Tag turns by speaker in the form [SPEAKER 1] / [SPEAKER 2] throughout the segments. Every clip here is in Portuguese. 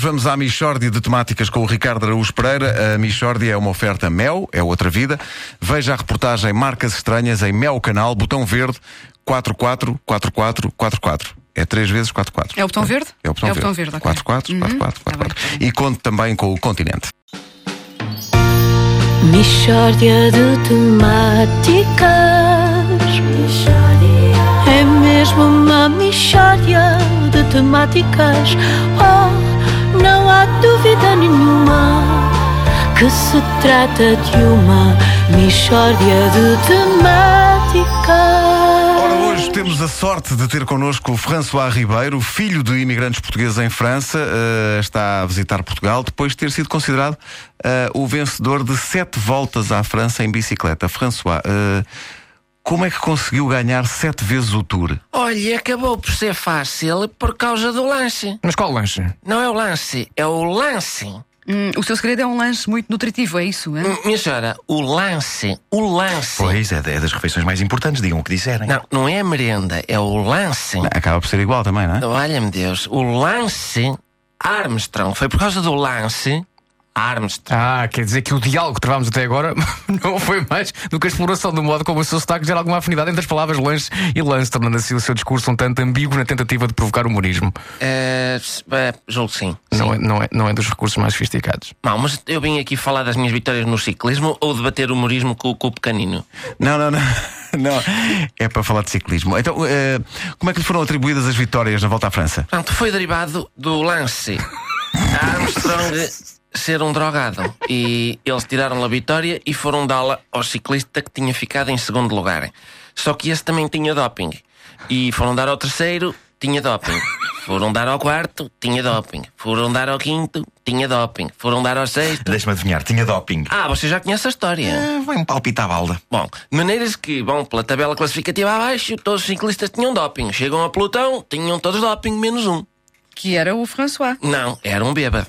[SPEAKER 1] Vamos à Michórdia de Temáticas com o Ricardo Araújo Pereira. A Michórdia é uma oferta Mel, é outra vida. Veja a reportagem Marcas Estranhas em Mel Canal, botão verde, 444444. É 3 vezes 44.
[SPEAKER 2] É o botão verde?
[SPEAKER 1] É o botão
[SPEAKER 2] É o
[SPEAKER 1] verde.
[SPEAKER 2] botão verde, ok.
[SPEAKER 1] 444444.
[SPEAKER 2] Uhum, tá bem, tá bem.
[SPEAKER 1] E conto também com o Continente.
[SPEAKER 3] Mishória de temáticas É mesmo uma mishória de temáticas Oh, não há dúvida nenhuma Que se trata de uma mishória de temáticas
[SPEAKER 1] Ora, hoje temos a sorte de ter connosco o François Ribeiro, filho de imigrantes portugueses em França, eh, está a visitar Portugal depois de ter sido considerado eh, o vencedor de sete voltas à França em bicicleta. François, eh, como é que conseguiu ganhar sete vezes o Tour?
[SPEAKER 4] Olha, acabou por ser fácil por causa do lance.
[SPEAKER 5] Mas qual lanche?
[SPEAKER 4] Não é o lance, é o lance.
[SPEAKER 2] Hum, o seu segredo é um lanche muito nutritivo, é isso? Hein?
[SPEAKER 4] Hum, Minha senhora, o lance, o lance.
[SPEAKER 6] Pois, é, é das refeições mais importantes, digam o que disserem.
[SPEAKER 4] Não, não é a merenda, é o lance.
[SPEAKER 1] Acaba por ser igual também, não é?
[SPEAKER 4] Olha-me Deus, o lance Armstrong. Foi por causa do lance Armstrong.
[SPEAKER 5] Ah, quer dizer que o diálogo que travámos até agora não foi mais do que a exploração do modo como o seu sotaque gera alguma afinidade entre as palavras lanche e lance, tornando assim o seu discurso um tanto ambíguo na tentativa de provocar humorismo.
[SPEAKER 4] Eh, s- eh, julgo que sim. sim.
[SPEAKER 5] Não é, não, é, não é dos recursos mais sofisticados.
[SPEAKER 4] Não, mas eu vim aqui falar das minhas vitórias no ciclismo ou debater humorismo com, com o pequenino.
[SPEAKER 1] Não, não, não. Não, é para falar de ciclismo. Então, eh, como é que lhe foram atribuídas as vitórias na volta à França?
[SPEAKER 4] Portanto, foi derivado do lance Armstrong ser um drogado. E eles tiraram-lhe a vitória e foram dá-la ao ciclista que tinha ficado em segundo lugar. Só que esse também tinha doping. E foram dar ao terceiro, tinha doping. Foram dar ao quarto, tinha doping. Foram dar ao quinto, tinha doping. Foram dar ao sexto.
[SPEAKER 6] Deixa-me adivinhar, tinha doping.
[SPEAKER 4] Ah, você já conhece a história.
[SPEAKER 6] Ah, Vai-me palpitar a balda.
[SPEAKER 4] Bom, de maneiras que, bom, pela tabela classificativa abaixo, todos os ciclistas tinham doping. Chegam a pelotão, tinham todos doping, menos um.
[SPEAKER 2] Que era o François.
[SPEAKER 4] Não, era um bêbado.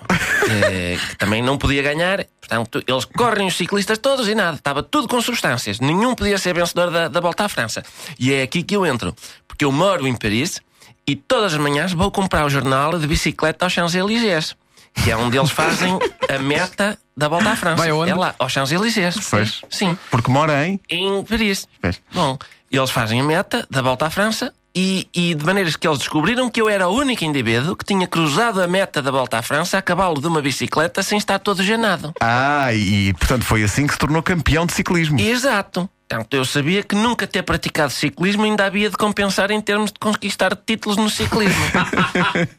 [SPEAKER 4] eh, que também não podia ganhar. Portanto, eles correm os ciclistas todos e nada. Estava tudo com substâncias. Nenhum podia ser vencedor da, da volta à França. E é aqui que eu entro. Porque eu moro em Paris e todas as manhãs vou comprar o jornal de bicicleta aos Champs-Élysées. Que é onde eles fazem a meta da volta à França.
[SPEAKER 5] Vai aonde?
[SPEAKER 4] É lá, aos Champs-Élysées.
[SPEAKER 1] Pois.
[SPEAKER 4] Sim
[SPEAKER 1] Porque mora em.
[SPEAKER 4] em Paris.
[SPEAKER 1] Pois.
[SPEAKER 4] Bom, eles fazem a meta da volta à França e, e de maneiras que eles descobriram que eu era o único indivíduo que tinha cruzado a meta da volta à França a cavalo de uma bicicleta sem estar todo genado.
[SPEAKER 1] Ah, e portanto foi assim que se tornou campeão de ciclismo.
[SPEAKER 4] Exato. Portanto, eu sabia que nunca ter praticado ciclismo ainda havia de compensar em termos de conquistar títulos no ciclismo.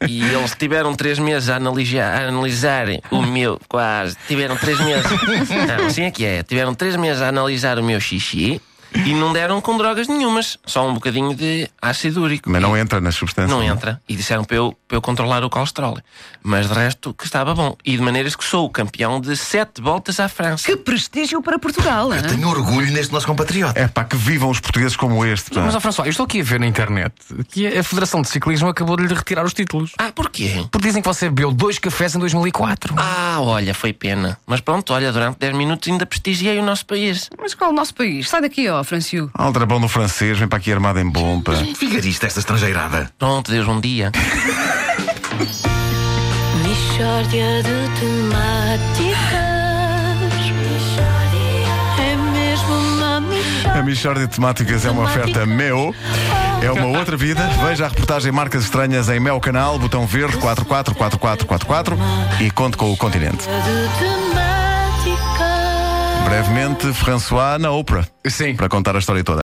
[SPEAKER 4] e eles tiveram três meses a analisar, a analisar o meu. Quase. Tiveram três meses. Não, assim é que é. Tiveram três meses a analisar o meu xixi e não deram com drogas nenhumas. Só um bocadinho de ácido úrico.
[SPEAKER 1] Mas
[SPEAKER 4] E-
[SPEAKER 1] não é? entra nas substâncias.
[SPEAKER 4] não entra. E disseram para eu, para eu controlar o colesterol. Mas de resto, que estava bom. E de maneiras que sou o campeão de sete voltas à França.
[SPEAKER 2] Que prestígio para Portugal. é? hein?
[SPEAKER 6] Tenho orgulho neste nosso compatriota.
[SPEAKER 1] É pá, que vivam os portugueses como este. pá.
[SPEAKER 5] Mas, ó François, eu estou aqui a ver na internet que a Federação de Ciclismo acabou de lhe retirar os títulos.
[SPEAKER 4] Ah, porquê?
[SPEAKER 5] Porque dizem que você bebeu dois cafés em 2004.
[SPEAKER 4] Ah, olha, foi pena. Mas pronto, olha, durante 10 minutos ainda prestigiei o nosso país.
[SPEAKER 2] Mas qual é o nosso país? Sai daqui, ó, Franciu.
[SPEAKER 1] Aldrabão do francês, vem para aqui armado em bomba.
[SPEAKER 6] Figariste esta estrangeirada.
[SPEAKER 4] Pronto, Deus, um dia.
[SPEAKER 3] Mishória de temáticas É mesmo uma
[SPEAKER 1] A
[SPEAKER 3] mishória
[SPEAKER 1] Michórdia de Temáticas é uma oferta meu, é uma outra vida. Veja a reportagem Marcas Estranhas em meu canal, botão verde 444444 e conte com o continente.
[SPEAKER 3] de temáticas
[SPEAKER 1] Brevemente, François na Oprah,
[SPEAKER 5] Sim.
[SPEAKER 1] para contar a história toda.